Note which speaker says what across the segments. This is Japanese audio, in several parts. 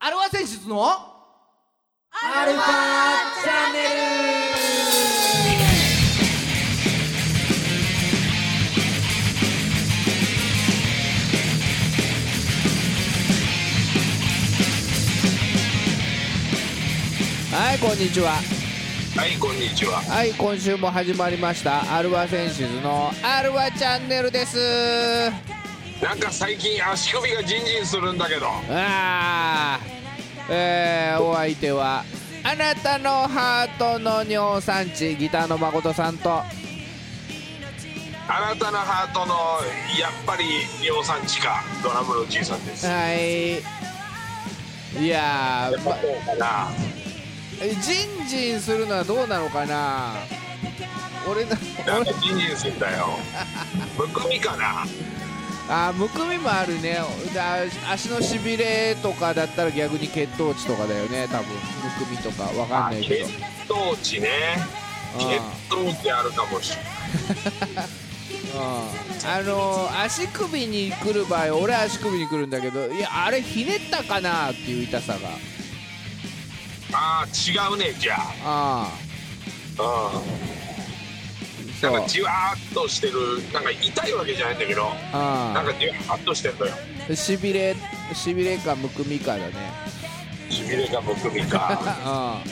Speaker 1: アルファ選出の
Speaker 2: アルファチャンネル
Speaker 1: はいこんにちは
Speaker 3: はい、こんにちは。
Speaker 1: はい今週も始まりましたアルファ選出のアルファチャンネルです
Speaker 3: なんか最近足首がジンジンするんだけど。
Speaker 1: あーえー、お相手はあなたのハートの尿酸値ギターの誠さんと
Speaker 3: あなたのハートの、やっぱり量産地下、ドラムのじいさんです。や
Speaker 1: はいいや
Speaker 3: っ
Speaker 1: ー、
Speaker 3: ぱ
Speaker 1: ま
Speaker 3: こうかな。
Speaker 1: ジンジンするのはどうなのかな俺の
Speaker 3: なん
Speaker 1: 俺
Speaker 3: かジンジンするんだよ。むくみかな。
Speaker 1: あーむくみもあるねだ足のしびれとかだったら逆に血糖値とかだよね多分むくみとかわかんないけ
Speaker 3: 血
Speaker 1: ど
Speaker 3: 糖値ね。血糖値あるかもしれない。
Speaker 1: うんあのー足首に来る場合俺足首に来るんだけどいやあれひねったかなっていう痛さが
Speaker 3: ああ、違うね、じゃ
Speaker 1: ああ
Speaker 3: あ。うん。
Speaker 1: そう
Speaker 3: なんかじわーっとしてる、なんか痛いわけじゃないんだけど、なん
Speaker 1: あ
Speaker 3: かじわーっとしてんだよ。
Speaker 1: あしびれしびれかむくみかだね
Speaker 3: しびれかむくみか。
Speaker 1: あ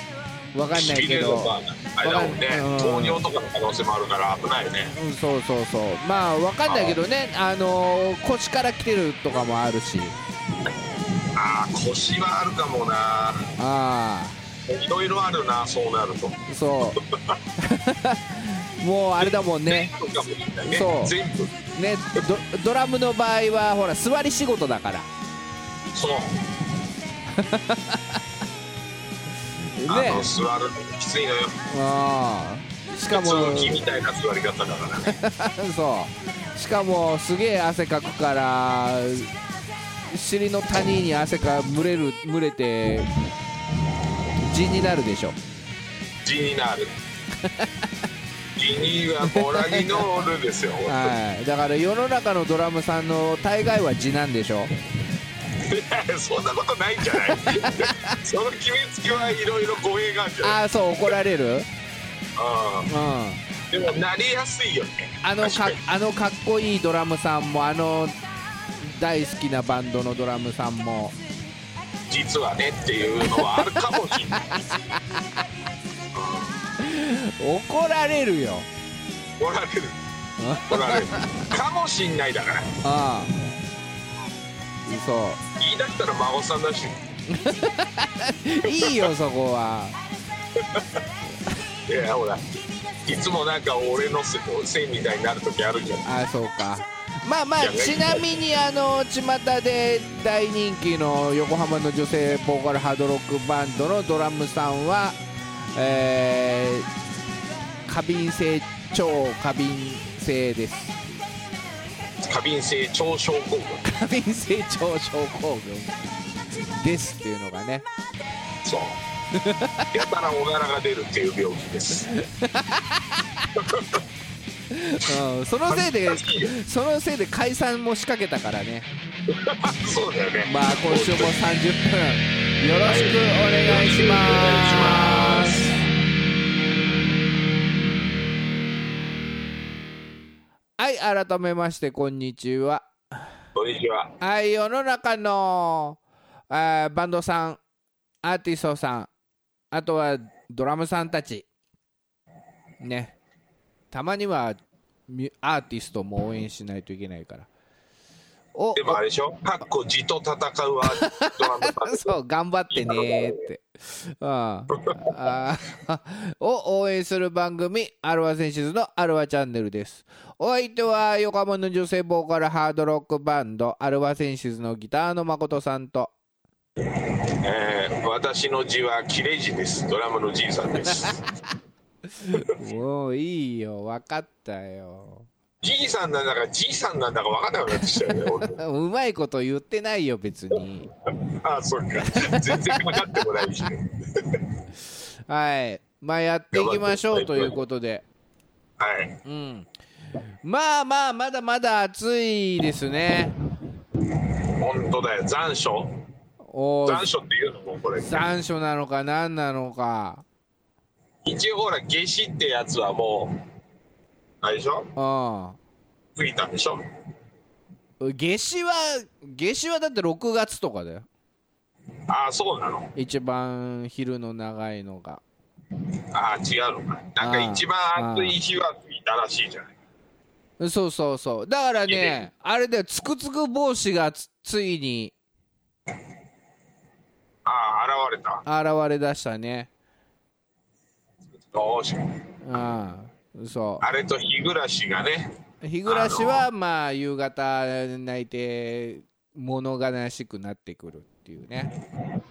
Speaker 1: あわかんない
Speaker 3: しび
Speaker 1: け
Speaker 3: れ
Speaker 1: ど
Speaker 3: とかあれだもんね
Speaker 1: わかんうん
Speaker 3: 糖尿とかの可能性もあるから危ないよね
Speaker 1: うんそうそうそうまあわかんないけどねあのー腰から来てるとかもあるし
Speaker 3: ああ腰はあるかもな
Speaker 1: ああ
Speaker 3: いろいろあるなそうなると
Speaker 1: そう もうあれだもんね
Speaker 3: あるかもしれないね
Speaker 1: そう
Speaker 3: 全部
Speaker 1: ねドドラムの場合はほら座り仕事だから
Speaker 3: そうあ
Speaker 1: ね
Speaker 3: の座るのきついのよ
Speaker 1: ああしかも
Speaker 3: 普通の木みたいな座り方だから ね
Speaker 1: そうしかもすげえ汗かくから尻の谷に汗が蒸れる蒸れて地になるでしょ
Speaker 3: 地になる地にはボラギノールです よ
Speaker 1: はいだから世の中のドラムさんの大概は地なんでしょ
Speaker 3: いや そんなことないんじゃない その決めつけはいろいろ語弊があるんじゃない
Speaker 1: ああそう怒られる
Speaker 3: あ
Speaker 1: うん
Speaker 3: でもなりやすいよね
Speaker 1: あの
Speaker 3: 確か
Speaker 1: か
Speaker 3: に
Speaker 1: あのかっこいいドラムさんもあの大好きなバンドのドラムさんも
Speaker 3: 実はねっていうのはあるかもしれない
Speaker 1: 怒られるよ
Speaker 3: おられるおられるかもしんないだから
Speaker 1: ああそう
Speaker 3: 言い出したら孫さんだし
Speaker 1: いい よそこはい
Speaker 3: やほらいつもなんか俺のせせいみたいになる時あるじゃん
Speaker 1: あそうかまあまあ
Speaker 3: いや
Speaker 1: ちなみにあの巷で大人気の横浜の女性ボーカルハードロックバンドのドラムさんはえー、過敏性超過敏性です
Speaker 3: 過敏性腸症候群
Speaker 1: 過敏性超症候群ですっていうのがね
Speaker 3: そう やたらおならが出るっていう病気です
Speaker 1: うんその せいで
Speaker 3: 恥ずかしいよ
Speaker 1: そのせいで解散も仕掛けたからね
Speaker 3: そうだよね
Speaker 1: まあ今週も30分よろしくお願いしますはい改めましてこんにちは
Speaker 3: こんにちは
Speaker 1: はい世の中のあーバンドさんアーティストさんあとはドラムさんたちねたまにはミュアーティストも応援しないといけないからお
Speaker 3: でもあれでしょかっこ地と戦うはドラムさ ん
Speaker 1: そう、頑張ってねーって。うんあー を応援する番組、アルワ選手のアルワチャンネルです。お相手は、横浜の女性ボーカルハードロックバンド、アルワ選手のギターの誠さんと、
Speaker 3: えー私の字は切れ字ですドラムのじいさんです
Speaker 1: もういいよ、分かったよ。
Speaker 3: じいさんなんだかじいさんなんだか分かんなくなってきたよね俺
Speaker 1: うまいこと言ってないよ、別に。
Speaker 3: ああそうか全然かかってこないしね
Speaker 1: はい。まあ、やっていきましょうということで。
Speaker 3: はい
Speaker 1: うん。まあまあ、まだまだ暑いですね。
Speaker 3: 本当だよ残暑
Speaker 1: おー
Speaker 3: 残暑っていうのもこれ
Speaker 1: 残暑なのか何なのか
Speaker 3: 一応ほら夏至ってやつはもうあれでしょ
Speaker 1: う
Speaker 3: 過ぎたんでしょ
Speaker 1: ん夏至は夏至はだって6月とかだよ
Speaker 3: ああそうなの
Speaker 1: 一番昼の長いのが
Speaker 3: ああ違うのかなんか一番暑い日は過ぎたらしいじゃない
Speaker 1: そうそうそうだからねあれだよつくつく帽子がつついに
Speaker 3: ああ現れた
Speaker 1: 現れだしたね
Speaker 3: どうしよう
Speaker 1: うんそ
Speaker 3: あれと日暮らしがね
Speaker 1: う日暮らしはまあ夕方泣いて物悲しくなってくるっていうね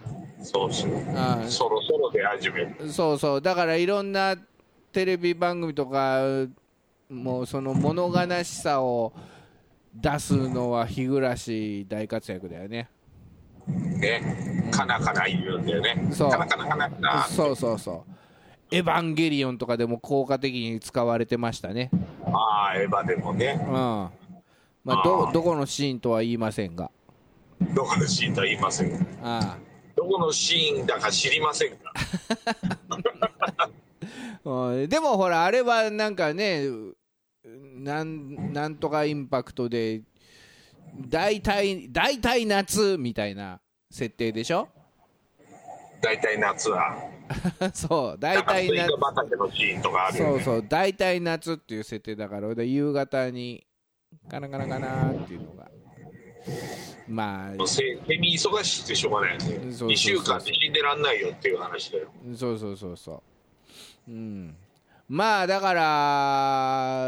Speaker 3: そうそう
Speaker 1: うん
Speaker 3: そろそろ出始める
Speaker 1: そうそうだからいろんなテレビ番組とかもうその物悲しさを出すのは日暮らし大活躍だよね
Speaker 3: ねかなかな言うんだよね
Speaker 1: そう
Speaker 3: かなかなかなかな
Speaker 1: そうそうそう「エヴァンゲリオン」とかでも効果的に使われてましたね
Speaker 3: ああエヴァでもね
Speaker 1: うんまあ
Speaker 3: あ
Speaker 1: ど
Speaker 3: ー
Speaker 1: どこのシーンとは言いませんが
Speaker 3: どこのシーンとは言いませんが
Speaker 1: あ
Speaker 3: どこのシーンだか知りませんが
Speaker 1: あ、うん、でもほらあれはなんかねうなんなんとかインパクトで大体大体夏みたいな設定でしょ
Speaker 3: 大体夏は
Speaker 1: そう
Speaker 3: だ
Speaker 1: 大
Speaker 3: からス
Speaker 1: 体
Speaker 3: イ
Speaker 1: 夏
Speaker 3: カ畑のシーンとかあるよ
Speaker 1: そう
Speaker 3: ね
Speaker 1: そう大体夏っていう設定だからで夕方にカナカナカナっていうのがまあ
Speaker 3: せセミ忙しくてしょうがないよね
Speaker 1: そうそうそう
Speaker 3: 2週間で死んでらんないよっていう話だよ
Speaker 1: そうそうそうそううんまあだから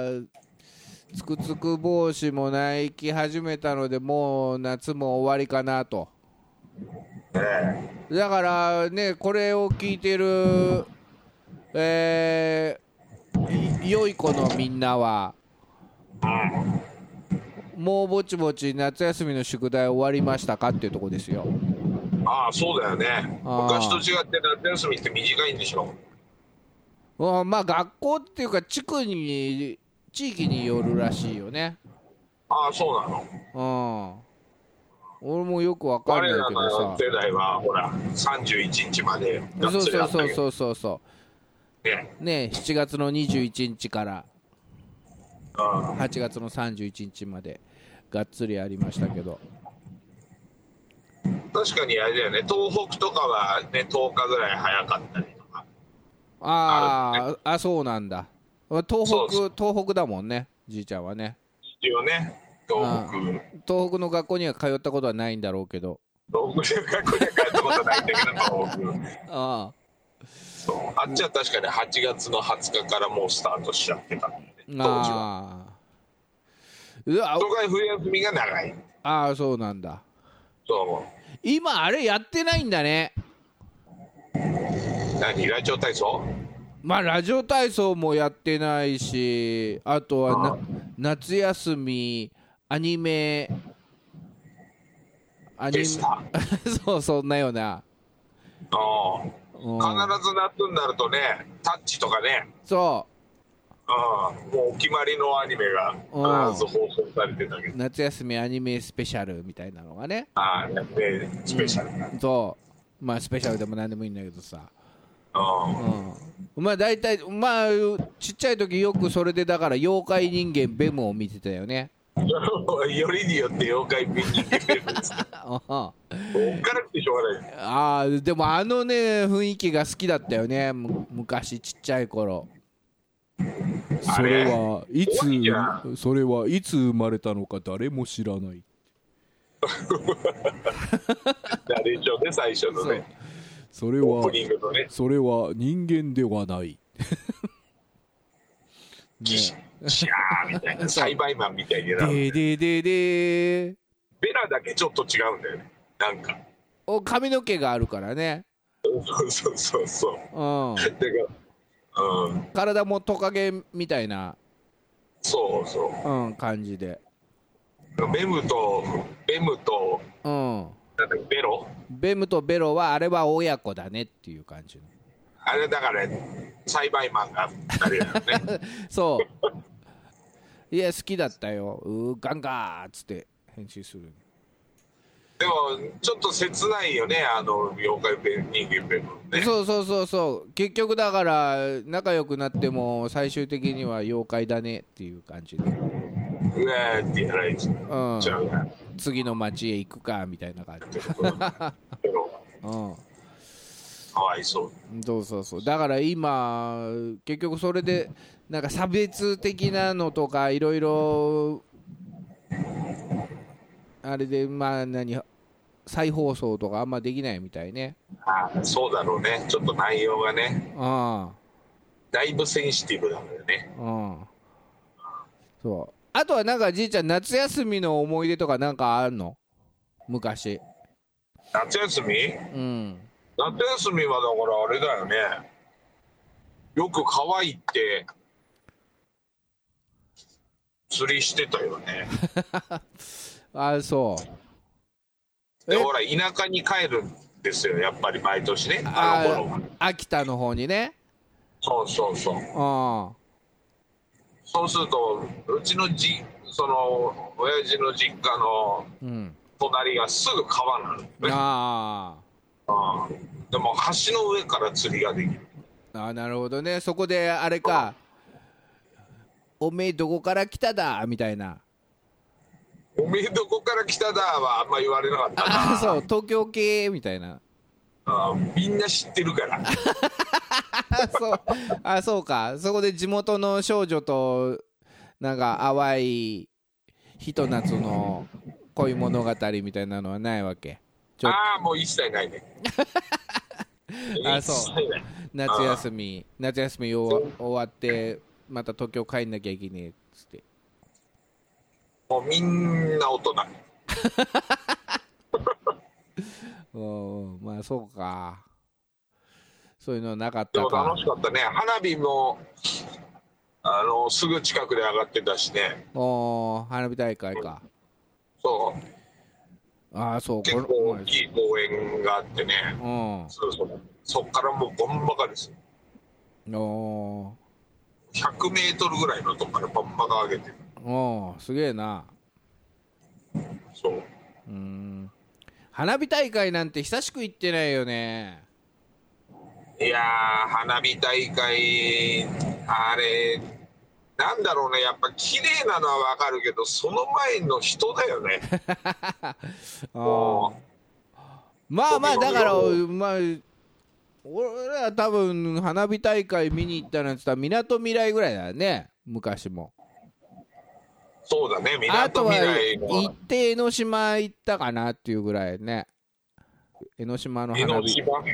Speaker 1: つくつく帽子も泣き始めたのでもう夏も終わりかなと
Speaker 3: え
Speaker 1: だからねこれを聞いてるえーい良い子のみんなはもうぼちぼち夏休みの宿題終わりましたかっていうとこですよ
Speaker 3: えああそうだよね
Speaker 1: ああ
Speaker 3: 昔と違って夏休みって短いんでしょ
Speaker 1: うんまあ学校っていうか地区に地域によるらしいよね
Speaker 3: ああそうなの
Speaker 1: うん俺もよくわかんな
Speaker 3: 我
Speaker 1: い
Speaker 3: ら
Speaker 1: けど
Speaker 3: の
Speaker 1: さ
Speaker 3: 世代はほら31日までがっ
Speaker 1: そう
Speaker 3: つり
Speaker 1: そ
Speaker 3: あ
Speaker 1: う
Speaker 3: った
Speaker 1: そう
Speaker 3: けど
Speaker 1: そうそうそ
Speaker 3: ね
Speaker 1: うね7月の21日から
Speaker 3: うん
Speaker 1: 8月の31日までがっつりありましたけど
Speaker 3: 確かにあれだよね東北とかはね10日ぐらい早かったりとか
Speaker 1: あああそうなんだ東
Speaker 3: そうそ
Speaker 1: 北東北だもんねじいちゃんはね
Speaker 3: 一応ね東北
Speaker 1: 東北の学校には通ったことはないんだろうけど
Speaker 3: 東北中学校には帰ったことないんだけど東北
Speaker 1: あ
Speaker 3: そうあっちは確かに8月の20日からもうスタートしちゃってたんで当
Speaker 1: あ
Speaker 3: 時は
Speaker 1: ああうわ
Speaker 3: 東海冬休みが長い
Speaker 1: ああそうなんだ
Speaker 3: そう思
Speaker 1: 今あれやってないんだね
Speaker 3: う何ラジオ体操
Speaker 1: まあラジオ体操もやってないしあとはな
Speaker 3: あ
Speaker 1: 夏休みアニメアニメ
Speaker 3: でした
Speaker 1: そうそんなような、
Speaker 3: ああ
Speaker 1: うん
Speaker 3: 必ず夏になるとねタッチとかね
Speaker 1: そ
Speaker 3: ああもうお決まりのアニメが必ず放送されてたけ
Speaker 1: う
Speaker 3: ど
Speaker 1: 夏休みアニメスペシャルみたいなのがね
Speaker 3: ああやってスペシャルな
Speaker 1: そうまあスペシャルでも何でもいいんだけどさ、
Speaker 3: うん
Speaker 1: うん、まあ大体まあちっちゃい時よくそれでだから妖怪人間ベムを見てたよね
Speaker 3: よりによって妖怪ピンに出てるんですか
Speaker 1: うん
Speaker 3: おっからくてしょうがない
Speaker 1: あーでもあのね雰囲気が好きだったよねむ昔ちっちゃい頃それはい
Speaker 3: 多いじゃ
Speaker 1: つそれはいつ生まれたのか誰も知らない
Speaker 3: ナレーションで最初のね
Speaker 1: それ
Speaker 3: オー
Speaker 1: は
Speaker 3: プニングのね
Speaker 1: それは人間ではない
Speaker 3: ギシャシャー みたいな栽培マンみたいにな
Speaker 1: でででで
Speaker 3: ベラだけちょっと違うんだよねなんか
Speaker 1: お髪の毛があるからね
Speaker 3: そうそうそうそう
Speaker 1: うん
Speaker 3: だからうん
Speaker 1: 体もトカゲみたいな、
Speaker 3: そうそ
Speaker 1: うん、感じで
Speaker 3: うベムとベムと
Speaker 1: うん
Speaker 3: なんだっけベロ
Speaker 1: ベムとベロはあれは親子だねっていう感じの
Speaker 3: あれだから栽培マンがあれだよ ね
Speaker 1: そう。いや、好きだったよ。うーガンガーっつって編集する。
Speaker 3: でもちょっと切ないよねあの妖怪ペン人間ペンもね
Speaker 1: そうそうそうそう結局だから仲良くなっても最終的には妖怪だねっていう感じで、
Speaker 3: うわーってやられち
Speaker 1: うん、
Speaker 3: ゃうなっ
Speaker 1: 次の町へ行くかみたいな感じ、
Speaker 3: てことだけど
Speaker 1: うん、
Speaker 3: かわいそう
Speaker 1: そうそうそうだから今結局それでなんか差別的なのとかいろいろあれでまあ何再放送とかあんまできないみたいね
Speaker 3: あーそうだろうねちょっと内容がね
Speaker 1: うん
Speaker 3: だいぶセンシティブなのよね
Speaker 1: うんそうあとはなんかじいちゃん夏休みの思い出とかなんかあるの昔
Speaker 3: 夏休み
Speaker 1: うん
Speaker 3: 夏休みはだからあれだよねよく川行って釣りしてたよね
Speaker 1: あそう
Speaker 3: で
Speaker 1: え
Speaker 3: ほら田舎に帰るんですよやっぱり毎年ねあの頃は
Speaker 1: 秋田の方にね
Speaker 3: そうそうそう
Speaker 1: うん
Speaker 3: そうするとうちのじその親父の実家の
Speaker 1: うん
Speaker 3: 隣がすぐ川なのよね
Speaker 1: ああ
Speaker 3: うんでも橋の上から釣りができる
Speaker 1: あーなるほどねそこであれかおめえどこから来ただみたいな
Speaker 3: おめえどこから来ただはあんま言われなかったな
Speaker 1: あそう東京系みたいな
Speaker 3: あみんな知ってるから
Speaker 1: あ そうあそうかそこで地元の少女となんか淡いひと夏の恋物語みたいなのはないわけちょ
Speaker 3: ああもう一切ないね
Speaker 1: あそう
Speaker 3: 一切ない
Speaker 1: 夏休み夏休み終わ終わってまた東京帰んなきゃいけねえっつって
Speaker 3: もうみんな大人
Speaker 1: うんうんまあそうかそういうのはなかっ
Speaker 3: で
Speaker 1: た
Speaker 3: も
Speaker 1: か
Speaker 3: 楽しかったね花火もあのすぐ近くで上がってたしね
Speaker 1: おー花火大会か
Speaker 3: そう
Speaker 1: ああそう
Speaker 3: 結構
Speaker 1: こ
Speaker 3: 大きい公園があってね
Speaker 1: れうん
Speaker 3: そうそうそっからもうボンバカですよ
Speaker 1: お
Speaker 3: 100メートルぐらいのとこからボンバカ上げてる
Speaker 1: ーおーすげえな
Speaker 3: そう
Speaker 1: うーん花火大会なんて久しく行ってないよね
Speaker 3: いやー花火大会あれなんだろうねやっぱ綺麗なのはわかるけどその前の人だよね
Speaker 1: あー
Speaker 3: も
Speaker 1: まあまあだから
Speaker 3: そう
Speaker 1: まあ俺ら多分花火大会見に行ったなんて言ったらみなとみらいぐらいだよね昔も
Speaker 3: うそうだね
Speaker 1: あと
Speaker 3: 港
Speaker 1: は
Speaker 3: 未来
Speaker 1: 行っ
Speaker 3: の
Speaker 1: て江ノ島行ったかなっていうぐらいね江ノ島の
Speaker 3: 江
Speaker 1: 花
Speaker 3: ノ
Speaker 1: 火
Speaker 3: 島八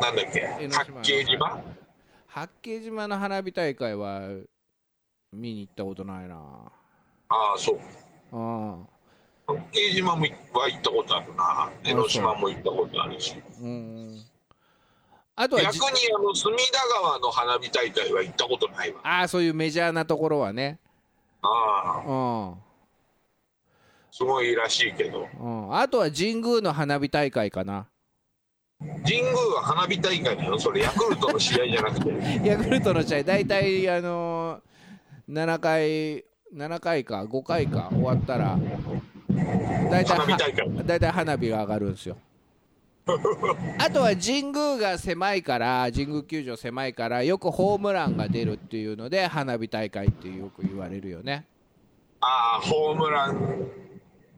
Speaker 3: なんだっけ
Speaker 1: 江ノ島
Speaker 3: 八景島
Speaker 1: 八景島の花火大会は見に行ったことないな
Speaker 3: ああそう
Speaker 1: うん
Speaker 3: 八景島もは行ったことあるな江ノ島も行ったことあるし
Speaker 1: うんあとは
Speaker 3: 逆
Speaker 1: じ
Speaker 3: にあの隅田川の花火大会は行ったことないわ
Speaker 1: ああそういうメジャーなところはね
Speaker 3: ああ
Speaker 1: うん、う
Speaker 3: すごいらしいけど
Speaker 1: ん、あとは神宮の花火大会かな
Speaker 3: 神宮は花火大会なのそれヤクルトの試合じゃなくて
Speaker 1: ヤクルトの試合大体あのー、7回7回か5回か終わったら大体
Speaker 3: 花火
Speaker 1: は
Speaker 3: 大会
Speaker 1: 大体花火が上がるんですよあとは神宮が狭いから神宮球場狭いからよくホームランが出るっていうので花火大会ってよく言われるよね
Speaker 3: ああホームラン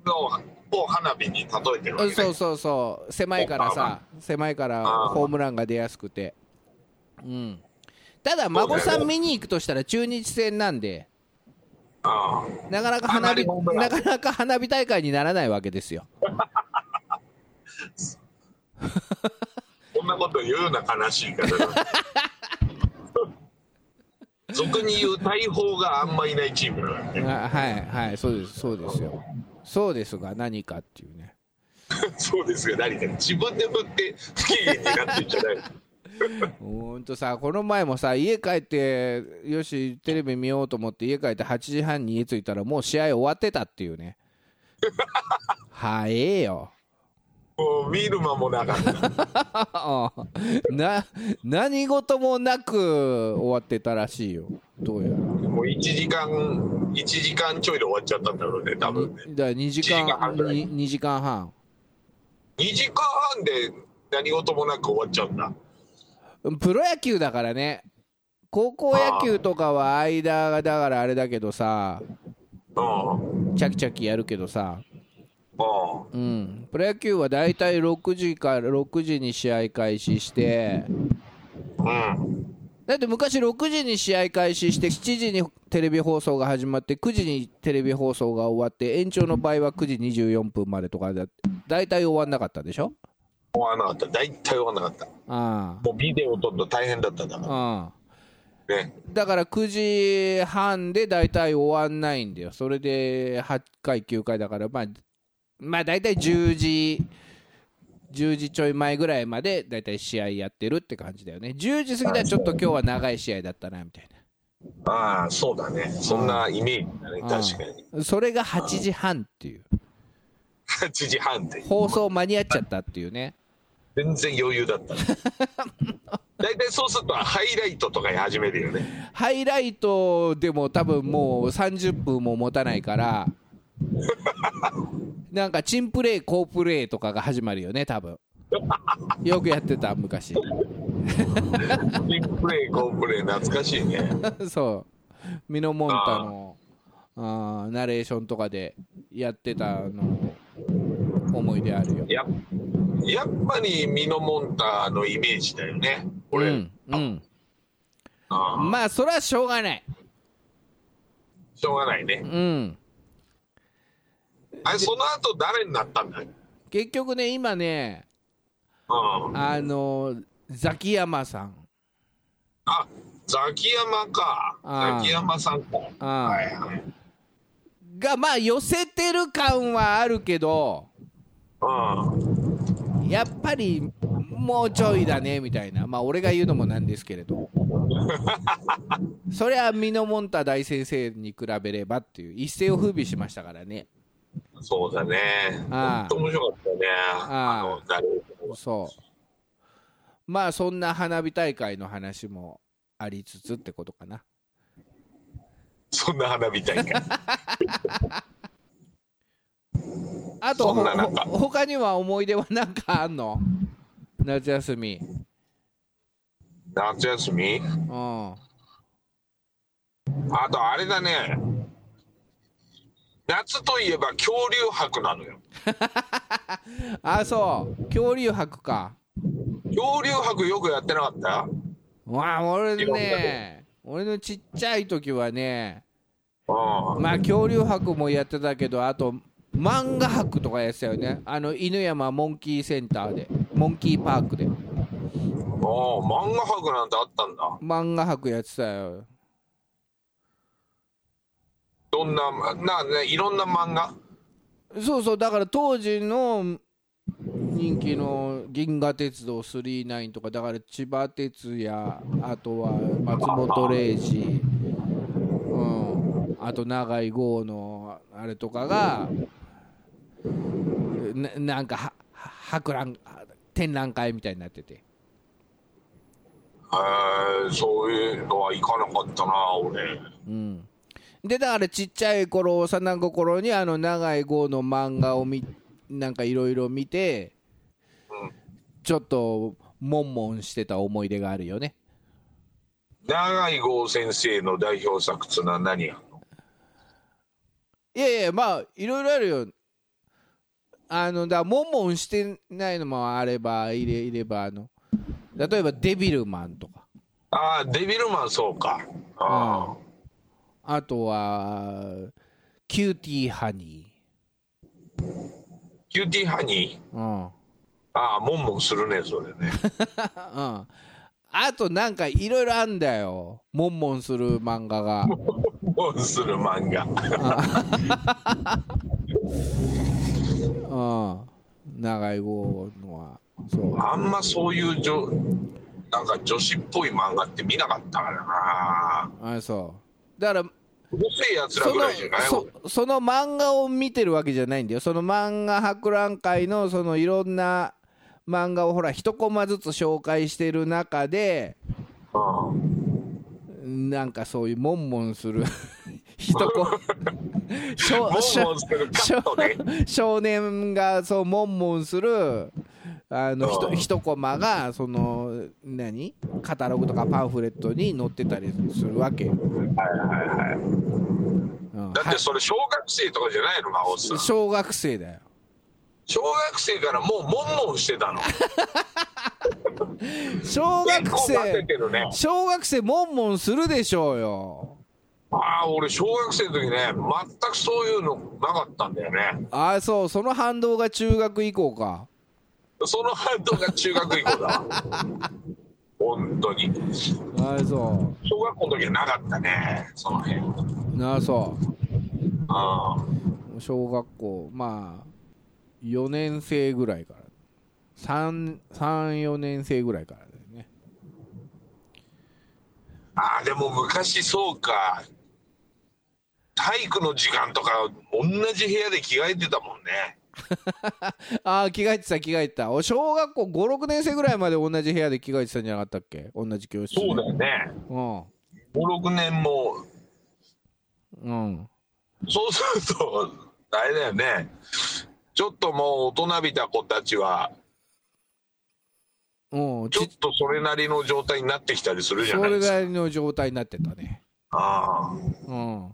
Speaker 3: のを花火に例えてるわけ、ね、
Speaker 1: そうそうそう狭いからさ狭いから
Speaker 3: あー
Speaker 1: ホームランが出やすくてうんただ孫さん見に行くとしたら中日戦なんで
Speaker 3: ああ
Speaker 1: なかなか花火
Speaker 3: あまりホームラ
Speaker 1: な
Speaker 3: ン
Speaker 1: かなか花火大会にならないわけですよ
Speaker 3: こんなこと言うな悲しいから 俗に言う大砲があんまいないチームだからね
Speaker 1: あはいはいそうですそうですよそうですが何かっていうね
Speaker 3: そうですよ何か自分で振って不機嫌になってんじゃない
Speaker 1: ほんとさこの前もさ家帰ってよしテレビ見ようと思って家帰って8時半に家着いたらもう試合終わってたっていう ね早えよ
Speaker 3: もう見る間もなかった
Speaker 1: な何事もなく終わってたらしいよどうや
Speaker 3: もう1時間1時間ちょいで終わっちゃったんだろうね多
Speaker 1: ら
Speaker 3: 分ね
Speaker 1: にだから2時
Speaker 3: 1時間
Speaker 1: 間
Speaker 3: 半ぐらい
Speaker 1: に2時間半
Speaker 3: 2時間半で何事もなく終わっちゃうんだ
Speaker 1: プロ野球だからね高校野球とかは間がだからあれだけどさ
Speaker 3: うんうん
Speaker 1: チャキチャキやるけどさうんプロ野球はだいたい6時から6時に試合開始して
Speaker 3: うん
Speaker 1: だって昔6時に試合開始して7時にテレビ放送が始まって9時にテレビ放送が終わって延長の場合は9時24分までとかだだいたい終わんなかったでしょ
Speaker 3: 終わらなかった大体終わらなかった
Speaker 1: あ
Speaker 3: もうビデオ撮るの大変だったんだか
Speaker 1: あうん
Speaker 3: らね
Speaker 1: だから9時半で大体終わんないんだよ、それで8回、9回だから、まあ、まあ、大体10時、10時ちょい前ぐらいまで大体試合やってるって感じだよね、10時過ぎたらちょっと今日は長い試合だったなみたい
Speaker 3: ああそうだねそんなイメージだね
Speaker 1: な、
Speaker 3: 確かに
Speaker 1: うんそれが8時半っていう、
Speaker 3: 8時半って
Speaker 1: 放送間に合っちゃったっていうね、
Speaker 3: 全然余裕だ ったね大体そうするとハイライトとかに始めるよね
Speaker 1: ハイライトでも多分もう30分も持たないから、なんかチンプレー、好プレーとかが始まるよね、多分よくやってた、昔。
Speaker 3: ビッグプレイゴープレイ懐かしいね
Speaker 1: そう、ミノモンタのあーナレーションとかでやってたの思い出あるよ。
Speaker 3: ややっぱりミノモンタのイメージだよね
Speaker 1: う
Speaker 3: 俺、
Speaker 1: ん、うん、
Speaker 3: ああ
Speaker 1: まあ、それはしょうがない。
Speaker 3: しょうがないね
Speaker 1: うん
Speaker 3: あれその後誰になったんだうん
Speaker 1: 結局ね、今ね、
Speaker 3: あ
Speaker 1: あのザキヤマさん、
Speaker 3: ザキヤマか
Speaker 1: ああ
Speaker 3: ザキヤマさんか
Speaker 1: ああ
Speaker 3: はいはい
Speaker 1: がまあ寄せてる感はあるけど
Speaker 3: うん
Speaker 1: やっぱりもうちょいだねみたいなまあ俺が言うのもなんですけれどそりゃミノモンタ大先生に比べればっていう一世を風靡しましたからね
Speaker 3: そうだね
Speaker 1: ああ
Speaker 3: 本当面白かったね
Speaker 1: ああ
Speaker 3: あの誰
Speaker 1: そうまあそんな花火大会の話もありつつってことかな
Speaker 3: そんな花火大 会
Speaker 1: あと
Speaker 3: そ
Speaker 1: ほ
Speaker 3: んななんか
Speaker 1: ほ他には思い出はなんかあんの夏休み
Speaker 3: 夏休み
Speaker 1: うん
Speaker 3: あとあれだね夏といえば恐竜博なのよ
Speaker 1: あそう恐竜博か
Speaker 3: 恐竜博よくやってなかった
Speaker 1: わあ俺
Speaker 3: いろんな
Speaker 1: ね俺のちっちゃい時はね
Speaker 3: うん
Speaker 1: まあ恐竜博もやってたけどあと漫画博とかやってたよねあの犬山モンキーセンターでモンキーパークで
Speaker 3: お漫画博なんてあったんだ
Speaker 1: 漫画博やってたよ
Speaker 3: どんなな、ね、いろんな漫画
Speaker 1: そうそうだから当時の人気の「銀河鉄道999」とかだから千葉哲也あとは松本零士うんあと永井豪のあれとかがななんかはは博覧展覧会みたいになってて
Speaker 3: えー、そういうのは行かなかったな俺
Speaker 1: うんでだからちっちゃい頃幼い頃にあの永井豪の漫画をみなんかいろいろ見てちょっともんもんしてた思い出があるよね
Speaker 3: 永井豪先生の代表作っつうのは何やんの
Speaker 1: いやいやまあいろいろあるよあのだからもんもんしてないのもあればいれいればあの例えば「デビルマン」とか
Speaker 3: ああデビルマンそうかあ
Speaker 1: あとは「キューティーハニ
Speaker 3: ーキューティーハニ
Speaker 1: ー」
Speaker 3: ー
Speaker 1: うん
Speaker 3: ああモンモンするねそれね
Speaker 1: うん、あとなんかいろいろあんだよモンモンする漫画が
Speaker 3: モンモンする漫画
Speaker 1: うん長い号のはそう
Speaker 3: あんまそういうじょなんか女子っぽい漫画って見なかったからな
Speaker 1: あそうだから
Speaker 3: うるせえやつら
Speaker 1: そ
Speaker 3: ぐらいじゃない
Speaker 1: のそその漫画を見てるわけじゃないんだよその漫画博覧会のそのいろんな漫画をほら一コマずつ紹介してる中で
Speaker 3: う ん
Speaker 1: なんかそういうモンモンする一コ少
Speaker 3: モンモンするカットね
Speaker 1: 少 少年がそうモンモンするあのひと
Speaker 3: うん
Speaker 1: 一コマがその何カタログとかパンフレットに載ってたりするわけよ、
Speaker 3: はいはいはい
Speaker 1: うん
Speaker 3: だっ
Speaker 1: は
Speaker 3: てそれ小学生とかじゃないの魔法さん
Speaker 1: 小学生だよ
Speaker 3: 小学生からもうモンモンしてたの
Speaker 1: 小
Speaker 3: 結
Speaker 1: 学
Speaker 3: 構混ぜ
Speaker 1: 生
Speaker 3: てるね
Speaker 1: 小学生モンモンするでしょうよ
Speaker 3: ああ俺小学生の時ね全くそういうのなかったんだよね
Speaker 1: ああそうその反動が中学以降か
Speaker 3: その反動が中学以降だ わ本当に
Speaker 1: ああそ
Speaker 3: 小学校の時はなかったねその辺
Speaker 1: うなあそう
Speaker 3: あ
Speaker 1: 小学校まあ4年生ぐらいから34年生ぐらいからだよね
Speaker 3: あーでも昔そうか体育の時間とか同じ部屋で着替えてたもんね
Speaker 1: ああ着替えてた着替えてたお小学校56年生ぐらいまで同じ部屋で着替えてたんじゃなかったっけ同じ教室で
Speaker 3: そうだよね
Speaker 1: う
Speaker 3: 56年も
Speaker 1: んうん
Speaker 3: そうするとあれだよねちょっともう大人びた子たちは
Speaker 1: うん
Speaker 3: ちょっ
Speaker 1: ち
Speaker 3: とそれなりの状態になってきたりするじゃ
Speaker 1: そ
Speaker 3: ない
Speaker 1: れ
Speaker 3: です
Speaker 1: な
Speaker 3: か
Speaker 1: りの状態になってたね
Speaker 3: あー
Speaker 1: うん、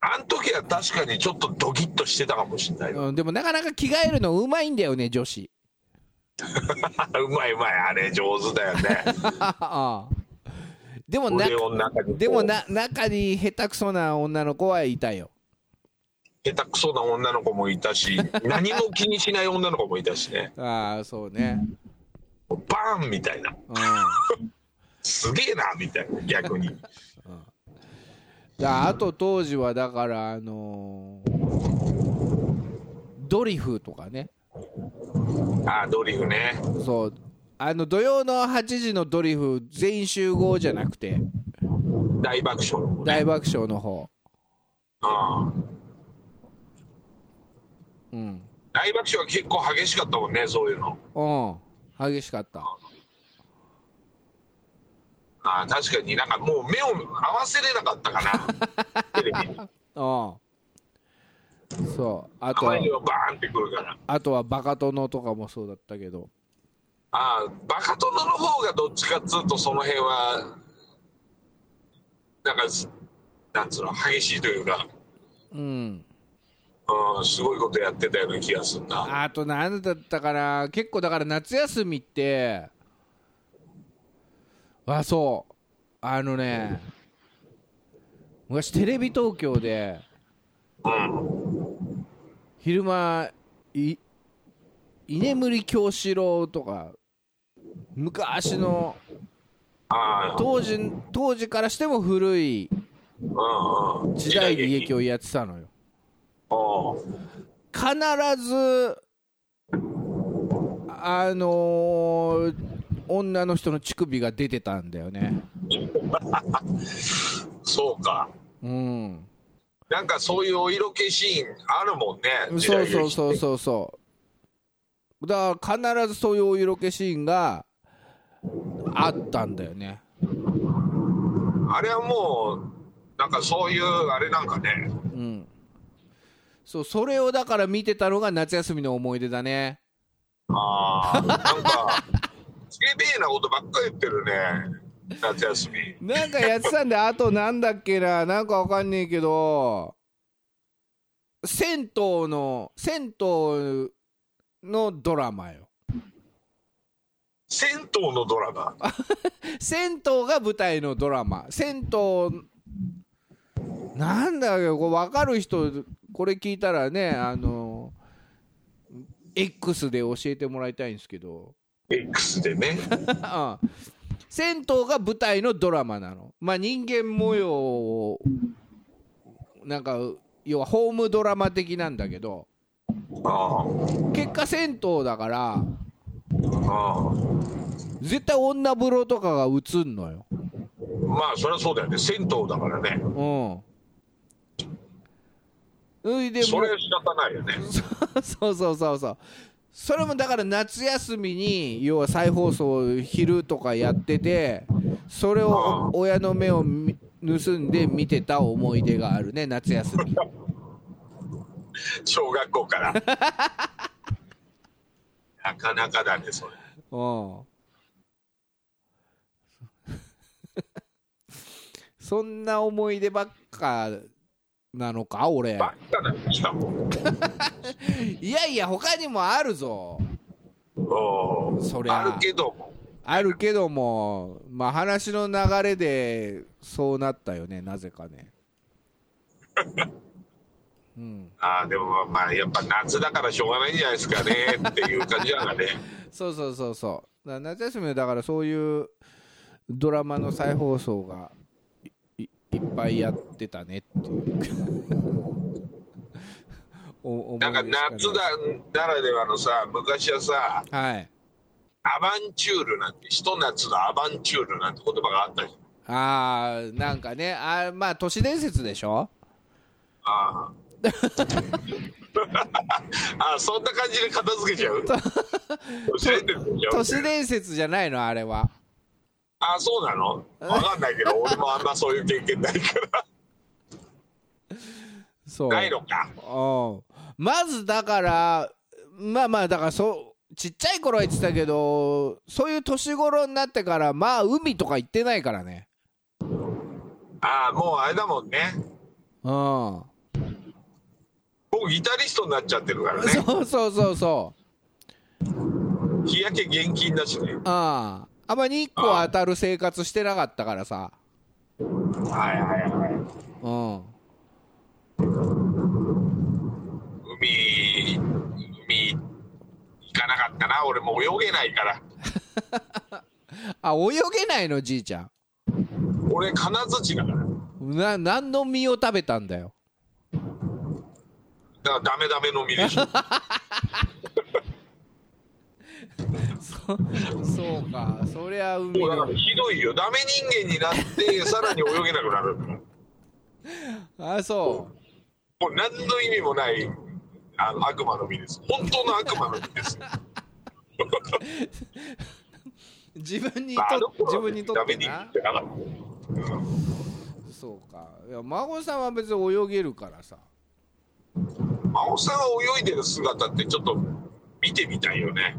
Speaker 3: あん時は確かにちょっとドキッとしてたかもしれない よ
Speaker 1: うん、でもなかなか着替えるのうまいんだよね女子
Speaker 3: うまいうまいあれ上手だよね
Speaker 1: ああ でもな
Speaker 3: 腕を中にこう
Speaker 1: でもな中に下手くそな女の子はいたよ
Speaker 3: 下手くそな女の子もいたし何も気にしない女の子もいたしね
Speaker 1: ああそうね
Speaker 3: バーンみたいな
Speaker 1: うん
Speaker 3: すげえなみたいな逆に
Speaker 1: だあと当時はだからあのードリフとかね
Speaker 3: ああドリフね
Speaker 1: そうあの土曜の8時のドリフ全員集合じゃなくて
Speaker 3: 大爆笑のね
Speaker 1: 大爆笑の方
Speaker 3: うん
Speaker 1: うん
Speaker 3: 大爆笑は結構激しかったもんねそういうの
Speaker 1: うん激しかった
Speaker 3: ああ確かになんかもう目を合わせれなかったかなテレビに
Speaker 1: うんそうあとは
Speaker 3: 前にはバーンってくるから
Speaker 1: あとはバカ殿とかもそうだったけど
Speaker 3: ああバカ殿の方がどっちかっつうとその辺はなんかなんつうの激しいというか
Speaker 1: うん
Speaker 3: うんすごいことやってたような気がするな
Speaker 1: あと何だったかな結構だから夏休みってあそうあのね昔テレビ東京で昼間い居眠り京四郎とか昔の
Speaker 3: ああ
Speaker 1: 当時当時からしても古い
Speaker 3: うんうん
Speaker 1: 時代劇をやってたのよ
Speaker 3: あ
Speaker 1: 必ずあのー女の人の乳首が出てたんだよね
Speaker 3: あそうか
Speaker 1: うん
Speaker 3: なんかそういうお色気シーンあるもんね時
Speaker 1: そう
Speaker 3: 代劇
Speaker 1: そうそうそうそうだから必ずそういうお色気シーンがあったんだよね
Speaker 3: あれはもうなんかそういうあれなんかね
Speaker 1: うんそうそれをだから見てたのが夏休みの思い出だね
Speaker 3: ああなんかすげえなことばっかり言ってるね夏休み
Speaker 1: なんかやってたんであとなんだっけななんかわかんねえけど銭湯の銭湯のドラマよ
Speaker 3: 銭湯のドラマ
Speaker 1: 銭湯が舞台のドラマ銭湯なんだよこれ分かる人これ聞いたらねあの X で教えてもらいたいんですけど
Speaker 3: X でね
Speaker 1: うん銭湯が舞台のドラマなの、まあ、人間模様をなんか要はホームドラマ的なんだけど
Speaker 3: あ
Speaker 1: 結果銭湯だから
Speaker 3: あああ
Speaker 1: 絶対女風呂とかが映んのよ、
Speaker 3: まあそりゃそうだよね銭湯だからね
Speaker 1: うん、それでも
Speaker 3: それは仕方ないよね
Speaker 1: そうそうそうそうそれもだから夏休みに要は再放送昼とかやっててそれをお親の目をみ盗んで見てた思い出があるね夏休み
Speaker 3: 小学 校から。なかなかだね、それ。
Speaker 1: うん。そんな思い出ばっかなのか俺
Speaker 3: バッカなんしかも。
Speaker 1: いやいや他にもあるぞ
Speaker 3: うん
Speaker 1: そりゃ
Speaker 3: あるけども。
Speaker 1: あるけどもまあ話の流れでそうなったよねなぜかねうん
Speaker 3: ああ、でもまあ、やっぱ夏だからしょうがないんじゃないですかねっていう感じだからね。
Speaker 1: そうそうそうそうだ夏休みはだからそういうドラマの再放送がいいいっぱいやってたねっていう お思い出
Speaker 3: なんか
Speaker 1: しない
Speaker 3: 夏だならではのさ、昔はさ、
Speaker 1: はい
Speaker 3: アバンチュールなんて、ひと夏のアバンチュールなんて言葉があったじゃん。
Speaker 1: あーなんかねあーまあ都市伝説でしょ
Speaker 3: あああ、そんな感じで片付けちゃう。都市伝説でしょ
Speaker 1: 都市伝説じゃないのあれは
Speaker 3: あ、そうなのわかんないけど、俺もあんまそういう経験ないから。
Speaker 1: そう
Speaker 3: ないのか。
Speaker 1: うんまずだからまあまあだからそうちっちゃい頃は言ってたけどそういう年頃になってからまあ海とか行ってないからね
Speaker 3: ああ、もうあれだもんね。
Speaker 1: うん
Speaker 3: 僕ギタリストになっちゃってるからね。
Speaker 1: そうそうそうそう。
Speaker 3: 日焼け厳禁だしね。
Speaker 1: ああ。あんまり日光当たる生活してなかったからさ。
Speaker 3: はいはいはい。
Speaker 1: うん。
Speaker 3: 海、海行かなかったな。俺もう泳げないから。
Speaker 1: あ、泳げないの、じいちゃ
Speaker 3: 俺金槌だから。だか
Speaker 1: ん。な、何の実を食べたんだよ。
Speaker 3: らダメダメの身 でしょ。
Speaker 1: そそうか。そりゃ海
Speaker 3: もうだか
Speaker 1: の
Speaker 3: ら。ひどいよ。ダメ人間になって、さらに泳げなくなる。も
Speaker 1: あ、そう
Speaker 3: 何の意味もない、あの、悪魔の身です。本当の悪魔の身 です。
Speaker 1: う。自分にと
Speaker 3: まああの、
Speaker 1: 自
Speaker 3: 頃は
Speaker 1: 分にと
Speaker 3: ダ
Speaker 1: って
Speaker 3: メ人間
Speaker 1: な
Speaker 3: っ。てなかった。うん
Speaker 1: そうか。いや、孫さんは別に泳げるからさ。
Speaker 3: 真央さんが泳いでる姿ってちょっと見てみたいよね。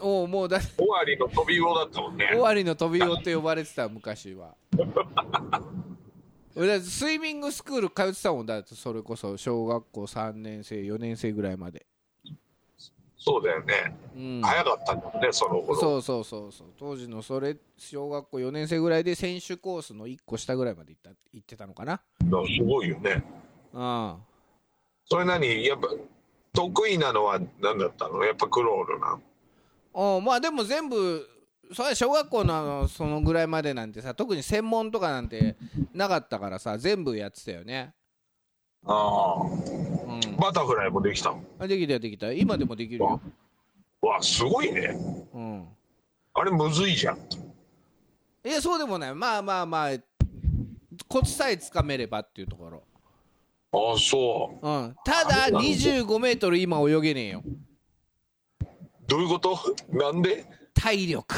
Speaker 1: おうもうだって、
Speaker 3: 尾張の飛び魚だったもんね。
Speaker 1: 尾張の飛び魚って呼ばれてた、昔は。 俺だってスイミングスクール通ってたもんだってそれこそ小学校3年生4年生ぐらいまで
Speaker 3: そうだよね。
Speaker 1: うん、
Speaker 3: 早かったんだもんね、その頃。
Speaker 1: そうそうそうそう当時のそれ小学校4年生ぐらいで選手コースの1個下ぐらいまで行った行ってたのかな
Speaker 3: すごいよね。
Speaker 1: うん
Speaker 3: それなに、やっぱ、得意なのは何だったのやっぱクロールなの。
Speaker 1: おまあでも全部それは小学校のあのそのぐらいまでなんてさ特に専門とかなんてなかったからさ全部やってたよね
Speaker 3: あ
Speaker 1: うん
Speaker 3: あ。バタフライもできたの。
Speaker 1: あできたよできた今でもできるよ
Speaker 3: わあ、すごいね。
Speaker 1: うん
Speaker 3: あれむずいじゃん。
Speaker 1: いやそうでもないまあまあまあコツさえつかめればっていうところ
Speaker 3: ああ、そう。
Speaker 1: うんただ2 5メートル今泳げねえよ
Speaker 3: どういうことなんで、
Speaker 1: 体力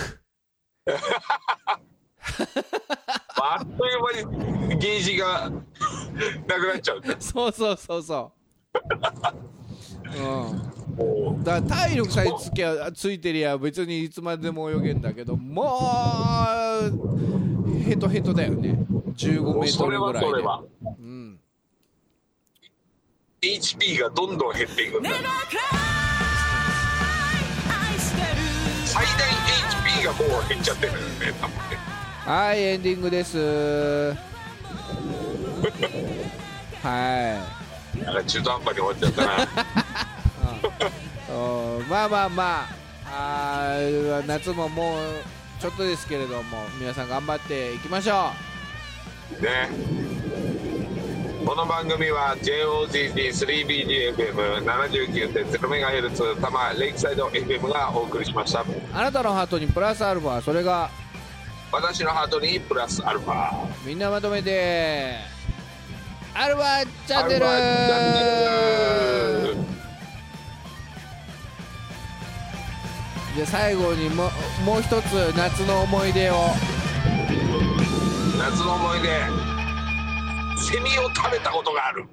Speaker 3: まあ、あっという間にゲージが なくなっちゃうんだ。
Speaker 1: そうそうそうそう。う、
Speaker 3: もうん
Speaker 1: だから体力さえつきゃついてりゃ別にいつまでも泳げんだけどもうヘトヘトだよね1 5
Speaker 3: も
Speaker 1: メ
Speaker 3: う
Speaker 1: ー
Speaker 3: そ
Speaker 1: ト
Speaker 3: れ
Speaker 1: ルぐ
Speaker 3: は
Speaker 1: ら
Speaker 3: そ
Speaker 1: い
Speaker 3: れ
Speaker 1: で、
Speaker 3: は。
Speaker 1: うん、
Speaker 3: HP がどんどん減っていくんだ。
Speaker 2: 愛してる
Speaker 3: 最大 HP がもう減っちゃってるよね、多分ね。
Speaker 1: はいエンディングですは
Speaker 3: なんか中途半端に終わっちゃったな。
Speaker 1: いうんまあまあまああー夏ももうちょっとですけれども皆さん頑張っていきましょ
Speaker 3: ねこの番組は JOGG3BGFM79.0MHz 多摩レイクサイド FM がお送りしました
Speaker 1: うあなたのハートにプラスアルファそれが
Speaker 3: 私のハートにプラスアルファ
Speaker 1: みんなまとめてアルファチャンネル
Speaker 3: アルファチャンネル
Speaker 1: じゃあ最後にももう一つ夏の思い出を
Speaker 3: 夏の思い出セミを食べたことがある